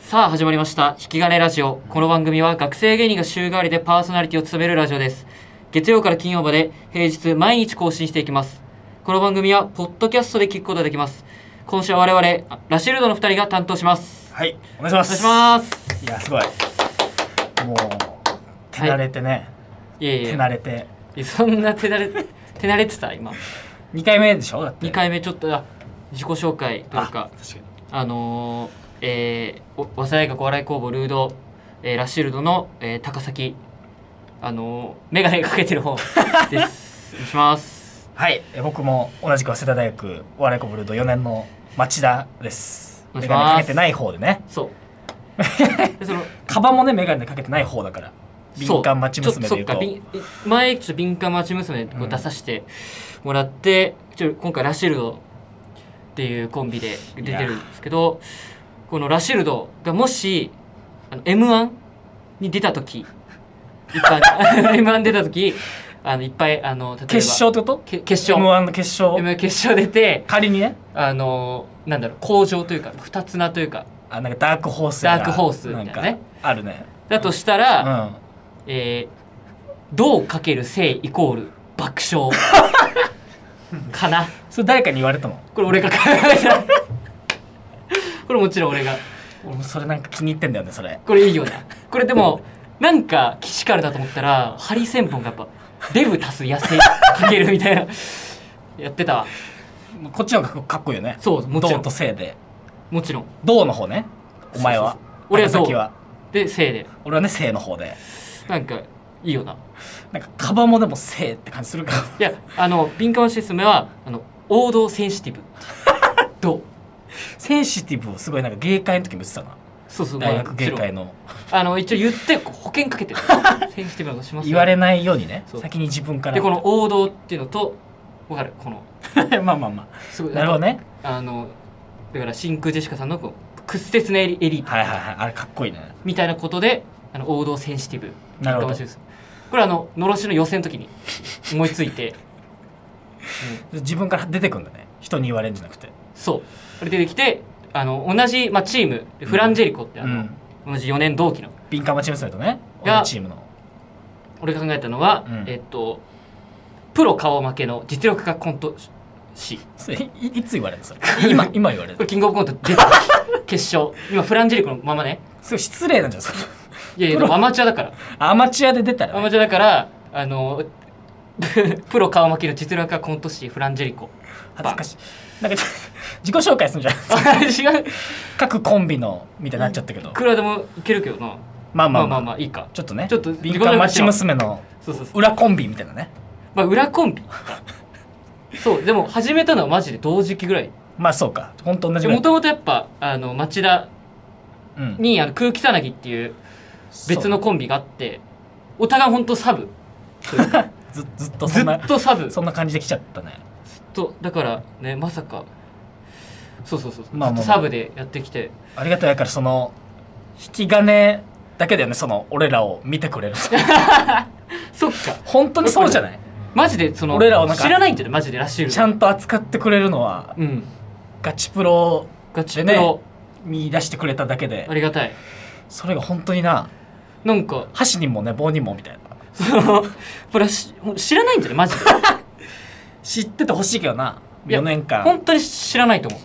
さあ始まりました引き金ラジオこの番組は学生芸人が週替わりでパーソナリティを務めるラジオです月曜から金曜まで平日毎日更新していきますこの番組はポッドキャストで聞くことができます今週は我々ラシルドの2人が担当しますはい、お願いしまお願いす。しますいや、すごい。もう、手慣れてね、いやい手や慣れて。いやそんな手慣れ手慣れてた今2回目でしょだって。 2回目ちょっとあ自己紹介というあ、か確かに。あのーえーお早稲田大学お笑い工房ルード、えーラッシュルドの、えー高崎あのー、眼鏡かけてる方ですお願いしますはい、え僕も同じく早稲田大学お笑いコブルード4年の町田です。お願いしメガますネかけてない方でね。そうでそのカバンもね、メガネかけてない方だから。そう敏感町娘で言うと。ちょそっかびん前ちょっと敏感町娘でこう出させてもらって、ちょ今回ラシルドっていうコンビで出てるんですけどこのラシルドがもしあの m 1に出た時一般 m 1出た時あのいっぱいあの例えば決勝ってことけ決勝 M1 の決勝。 M1 決勝出て仮にね、あのなんだろう向上というか二つ名というかあなんかダークホースやらダークホースみたいなねんかあるね。だとしたうら、ん。えー、どうかける性イコール爆笑 かなそれ誰かに言われたのこれ俺が考えたこれもちろん俺が俺もそれなんか気に入ってんだよね、それ。これいいよなこれでもなんかキシカルだと思ったらハリセンボンがやっぱデブ足す痩せかけるみたいなやってたわこっちの方がかっこいいよね。そうもちろ銅んと性で。もちろん銅の方ねお前はそうそうそう俺は銅高崎はで性で俺はね性の方でなんかいいよななんかカバンもでも性って感じするからいやあの敏感システムはあの王道センシティ ブどうセンシティブをすごいなんか芸会の時も言ってたなそうそう大まあ学もち芸ろん会のあの一応言って保険かけ てるセンシティブなことしますよ言われないようにねそう先に自分からでこの王道っていうのとわかるこの まあまあますあごいなるほどねあのだから真空ジェシカさんのこう屈折なエリエリートはいはいはいあれかっこいいねみたいなことであの王道センシティブなるほどかもしれいですこれあののろしの予選の時に思いつい て、うん自分から出てくんだね人に言われるんじゃなくてそうあれ出てきてあの同じ、まあ、チームフランジェリコってあうのん、同じ4年同期の敏感町娘とねが同じチームの俺が考えたのは、うんえっとプロ顔負けの実力家コント師それいいつ言われるの それ今今言われこれるキングオブコント出た 決勝今フランジェリコのままねすごい失礼なんじゃないですか いやいやでプロもアマチュアだからアマチュアで出たらアね、マチュアだからあの プロ顔負けの実力家コント師フランジェリ コ恥ずかしいなんかちょ自己紹介するんじゃない違う各コンビのみたいになっちゃったけど、いくらでもいけるけどなまあままああままああまあいいかちょっとねちょっと敏感町娘のそうそうそう裏コンビみたいなねまあ裏コンビ そうでも始めたのはマジで同時期ぐらいまあそうか本当同じぐらもい、ともとやっぱあの町田うんにあの空気さなぎっていう別のそうコンビがあってお互い本当 サブというかずずっとずそんなっとサブそんな感じで来ちゃったねとだからねまさかそうそうそう、まずあまあまあっとサブでやってきてありがたいだからその引き金だけだよねその俺らを見てくれ るそっか本当にそうじゃないマジでその俺らをなんか知らないんだよねマジでラッシュルちゃんと扱ってくれるのはうんガチプロをガチプロ、見出してくれただけでありがたいそれが本当にななんか箸にもね棒にもみたいなそのプラし知らないんじゃないマジ で知っててほしいけどないや4年間本当に知らないと思う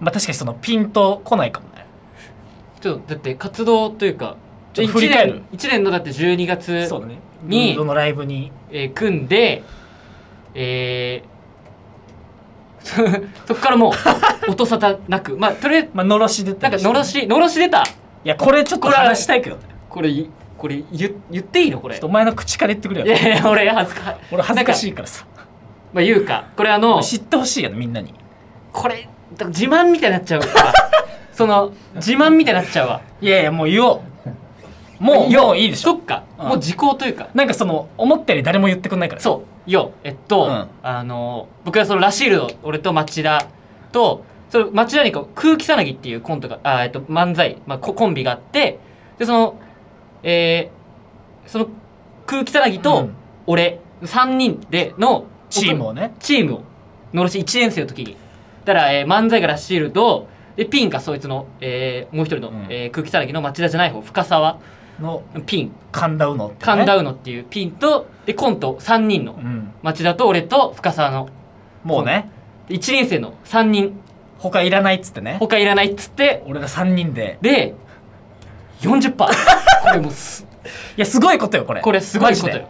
まあ確かにそのピンとこないかもねちょっとだって活動というかちょっと振り返る1年一年のだって12月そうだねにルードのライブにえー組んでえーそっからもう音沙汰なくまあとりあえずまあのろし出てなんかのろしのろし出たいやこれちょっとこれは話したいけどねこれいこれ言言っていいのこちょれっとお前の口から言ってくれいよやいや俺恥ずか俺恥ずかしいいからさまあ言うかこれあの知ってほしいよねみんなにこれだから自慢みたいになっ ちゃうからその自慢みたいになっちゃうわいやいやもう言おうもうよもういいでしそょっか、うんもう時効というかなんかその思ったより誰も言ってくんないからうそうよえっと、うんあの僕はそのラシールド俺と町田とその町田にこう空気さなぎっていうコントがあ、えっと、漫才、まあ、ココンビがあってでそのえーその空気さなぎうとん俺3人でのチームをねチームをのろし1年生の時にだから、えー漫才がラッシールドでピンがそいつの、えーもう一人の、うんえー空気さらぎの町田じゃない方深沢のピン神田うのって、ね、神田うのっていうピンとでコント3人のうん町田と俺と深沢のもうね1年生の3人他いらないっつってね他いらないっつって俺が3人でで40%こ れもうすいやすごいことよこれこれすごいことマジよで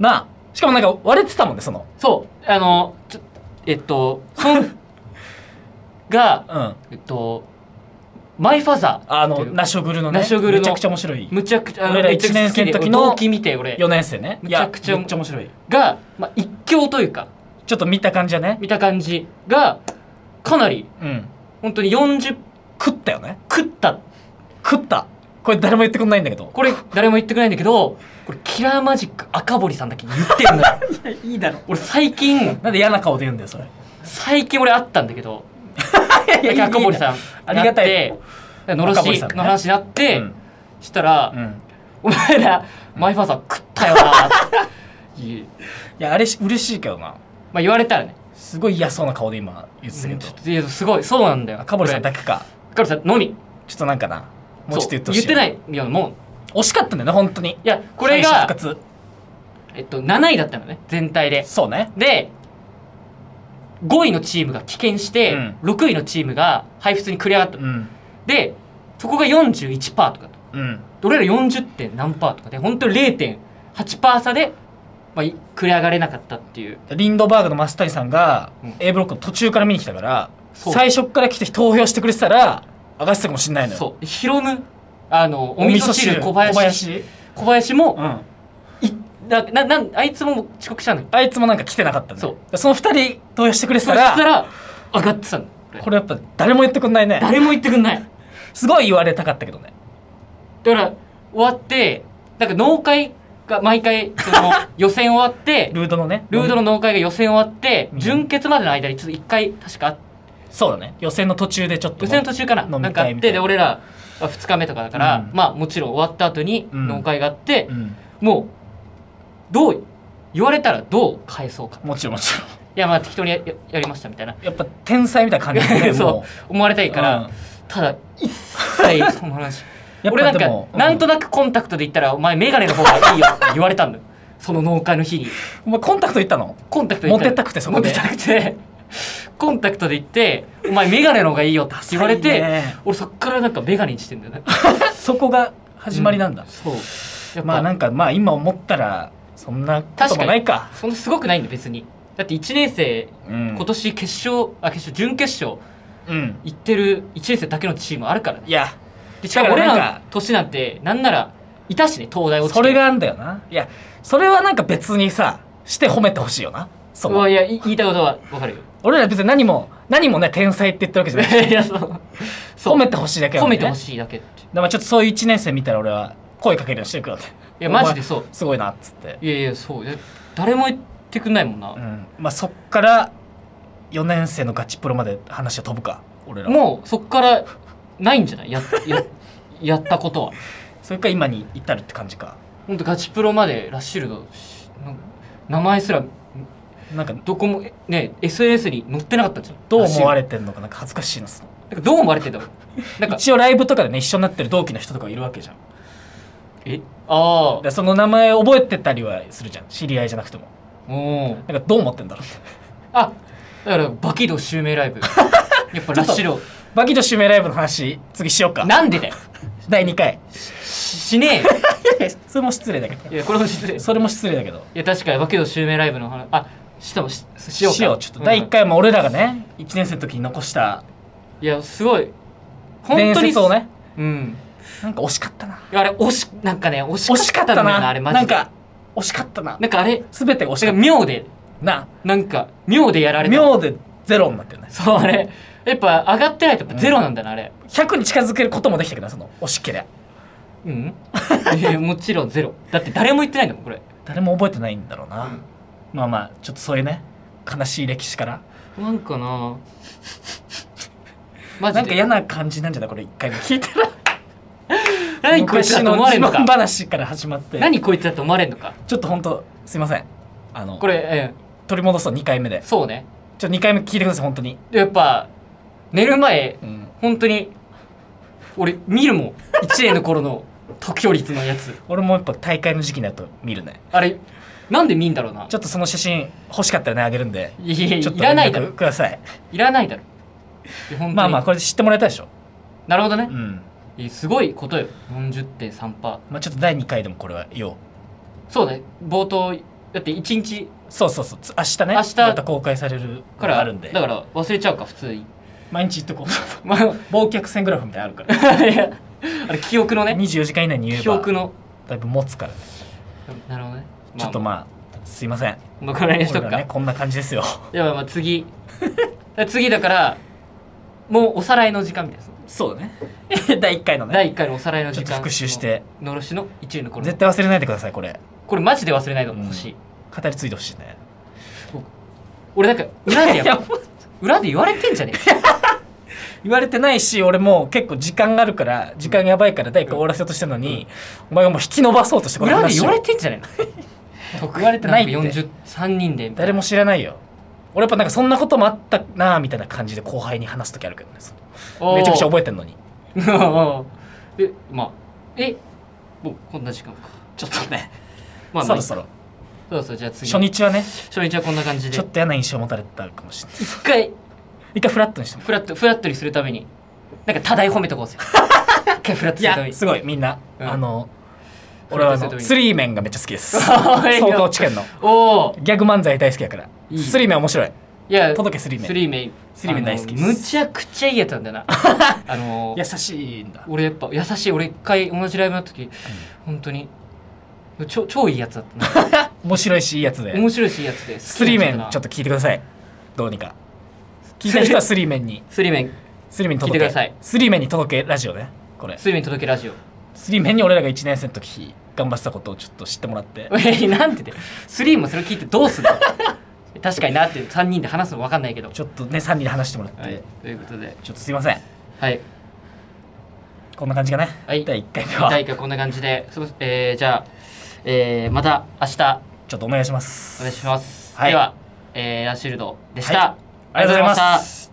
なあしかもなんか割れてたもんねそのそうあのちょえっとそんがうんえっとマイファザーあってのいうナショグルのねナショグルのめちゃくちゃ面白いむちゃくちゃあ俺らめちゃくちゃ一年生の時の好きで同期見て俺4年生ねむちゃくちゃいやめっちゃ面白いが、まあ、一強というかちょっと見た感じはね見た感じがかなりうん本当に40食ったよね食った食ったこれ誰も言ってくんないんだけどこれ誰も言ってくれないんだけどこれキラーマジック赤堀さんだけ言ってるんだよ いいだろ俺最近なんで嫌な顔で言うんだよそれ最近俺会ったんだけどいやいい赤堀さんありがたいなってのろ赤し堀さんねの話になって、うんしたら、うんお前らマイファーさん食ったよな っていういやあれし嬉しいけどなまあ言われたらねすごい嫌そうな顔で今言ってたけちょっどといやすごいそうなんだよ赤堀さんだけけか赤堀さんのみちょっとなんかなもうちょっと言ってほしいそう言ってないようなもんい惜しかったんだよね本当にやこれ敗が者、復活えっと、7位だったのね全体でそうねで5位のチームが棄権して、6位のチームが配布に繰り上がったの、うんでそこが41%とかとうん俺ら40点何パーとかで本当に0.8%差で、まあ、い繰り上がれなかったっていうリンドバーグの増谷さんがうん A ブロックの途中から見に来たから、そう最初から来て投票してくれてたら上がってたかもしれないのよそうヒロムあのお味噌汁小林小林小林もうんいなななんあいつも遅刻したんだけあいつもなんか来てなかったねそその2人投票してくれてどたそしたらら上がってたの俺これやっぱ誰も言ってくんないね誰も言ってくんないすごい言われたかったけどねだから終わってなんか農会が毎回そ の予選終わってルードのねルードの農会が予選終わってうん準決までの間にちょっと1回確かあっそうだね予選の途中でちょっと予選の途中かな飲み会なんかあっみたていなで俺ら2日目とかだから、うんまあもちろん終わった後にうん農会があってう、んもうどう言われたらどう返そうかもちろんもちろいやまあ適当にやややりましたみ たいなんやっぱ天才みたいな感じで、ね、 そうも思われたいうから、うんただ一切その話やっ俺ぱなんでか、もうなんとなくコンタクトで言ったらお前メガネの方がいいよって言われたんだ よその農会の日にお前コンタクト行ったのコンタクトで行らモテたくてそこでモテたくてコンタクトで行ってお前メガネの方がいいよって言われて、ダサいね俺そっからなんかメガネにしてんだよねそこが始まりなんだう、そうやっぱ、まあなんかまあ今思ったらそんなこともないかそんなすごくないんだよ別にだって1年生うん今年決勝あ決勝準決勝うん行ってる1年生だけのチームあるからねいやでしかも俺だかららなんのか年なんてなんならいたしね東大落ちてそれがあんだよないやそれはなんか別にさして褒めてほしいよなそうのわいやい言いたいことはわかるよ俺ら別に何も何もね天才って言ってるわけじゃないいやそう そう褒めてほしいだけ褒めてほいしいだけってだからちょっとそういう1年生見たら俺は声かけるようにしてくよっていいやマジでそう すごいなっつっていやいやそういや誰も言ってくんないもんな、うんまあそっから4年生のガチプロまで話は飛ぶか俺らはもうそっからないんじゃないやややったことはそれから今に至るって感じかほんとガチプロまでラッシュルドしなん名前すらなんかどこもえね SNS に載ってなかったじゃんどう思われれてんのかなんか恥ずかしいなそのなんかどう思われてんだろうなんか一応ライブとかでね一緒になってる同期の人とかいるわけじゃんえあ でその名前覚えてたりはするじゃん知り合いじゃなくてもあおおなんかどう思ってんだろう あだからバキド襲名ライブやっぱラッシュロバキド指名ライブの話次しようかなんでだよ第2回 ししねそれも失礼だけえよどいやこれも失礼いそれも失礼だけどや確かにバキド襲名ライブの話あしたもししようかしようちょっと第1回も俺らがね1年生の時に残したいやすごい伝説をねうんなんか惜しかったないやあれ惜しなんかね惜し惜しかったんだよなあれマジでなんか惜しかったななんかあれなん全てが惜しかかっ妙でたななんか妙でやられた妙でゼロになってるねそうあれやっぱ上がってないとやっぱゼロなんだなあれ100に近づけることもできたけどなその惜しけりゃうん いやもちろんゼロだって誰も言ってないんだもんこれ誰も覚えてないんだろうな、うんまあまあちょっとそういうね悲しい歴史からなんかなマジでなんか嫌な感じなんじゃないこれ一回も聞いたら 何こいつだと思われ昔るのの自慢か話から始まって何こいつだと思われるのかちょっと本当すいませんあのこれ、え取り戻そう2回目でえそうねちょっと2回目聞いてください本当にでやっぱ寝る前うん本当に俺見るもん1年の頃の得票率のやつ俺もやっぱ大会の時期になると見るねあれなんで見んだろうなちょっとその写真欲しかったらねあげるんでいやいやちょっいとらないだ連絡ろくださいいらないだろいや本当にまあまあこれ知ってもらえたでしょなるほどねう、んいやすごいことよ40.3%まあちょっと第2回でもこれはようそうね冒頭だって1日そうそうそうつ明日ね明日また公開されるかかららあるんでだから忘れちゃうか普通に毎日言っとこうまあ忘却線グラフみたいなのあるかいや あれ記憶の らね24時間以内に言え記憶ばのだいぶ持つからねなるほどねちょっとまあすいませんあまあこれにし俺とくらかねこんな感じですよではまあ次 次だからもうおさらいの時間みたいですそうだね 第1回のね第1回のおさらいの時間ちょっと復習してのろしの1位の頃絶対忘れないでくださいこれこれマジで忘れないの欲しい、語り継いでほしいね俺なんか裏でやっぱ裏で言われてんじゃねえか言われてないし俺もう結構時間があるから時間やばいから第1回終わらせようとしてるのに、お前がもう引き伸ばそうとしてこの裏で話を言われてんじゃねえの言われてないって43人でみたい誰なも知らないよ俺やっぱなんかそんなこともあったなぁみたいな感じで後輩に話す時あるけどねそのめちゃくちゃ覚えてんのにえてえまあえもうこんな時間かちょっとね、まあそまあろそろそうそうじゃあ次初日はね初日はこんな感じでちょっと嫌な印象持たれたかもしれない一回一回フラットにしてもフラットフラットにするためになんか多大褒めとこ うぜ一回フラットいするためやにすごいみんな、うんあの俺はあフラットするためのにスリーメンがめっちゃ好き ですおい総合知見のおおギャグ漫才大好きやからいいスリーメン面白いいや届けスリーメンスリーメンスリーメン大好きですあのむちゃくちゃいいやつなんだ なあの優しいんだ俺やっぱ優しい俺一回同じライブの時、本当に超超いいやつだったな 面白いしいいやつで面白いしいいやつでスリーメンちょっとと聞いてくださいどうにか聞いた人はスリーメンにスリーメンスリーメンに届け聞いてくださいスリーメンに届けラジオねこれスリーメン届けラジオ スリーメンに俺らが1年生の時頑張ってたことをちょっと知ってもらってえなんててスリーもそれ聞いてどうす んの確かになって3人で話すの分かんないけどちょっとね3人で話してもらって、はいということでちょっとすいませんはいこんな感じかね、はい第1回目第は一回こんな感じで、そうえー、じゃあ、えー、また明日ちょっとお願いしますお願いします。はいでは、えー、ラッシュルドでした。はいありがとうございますありがとうございました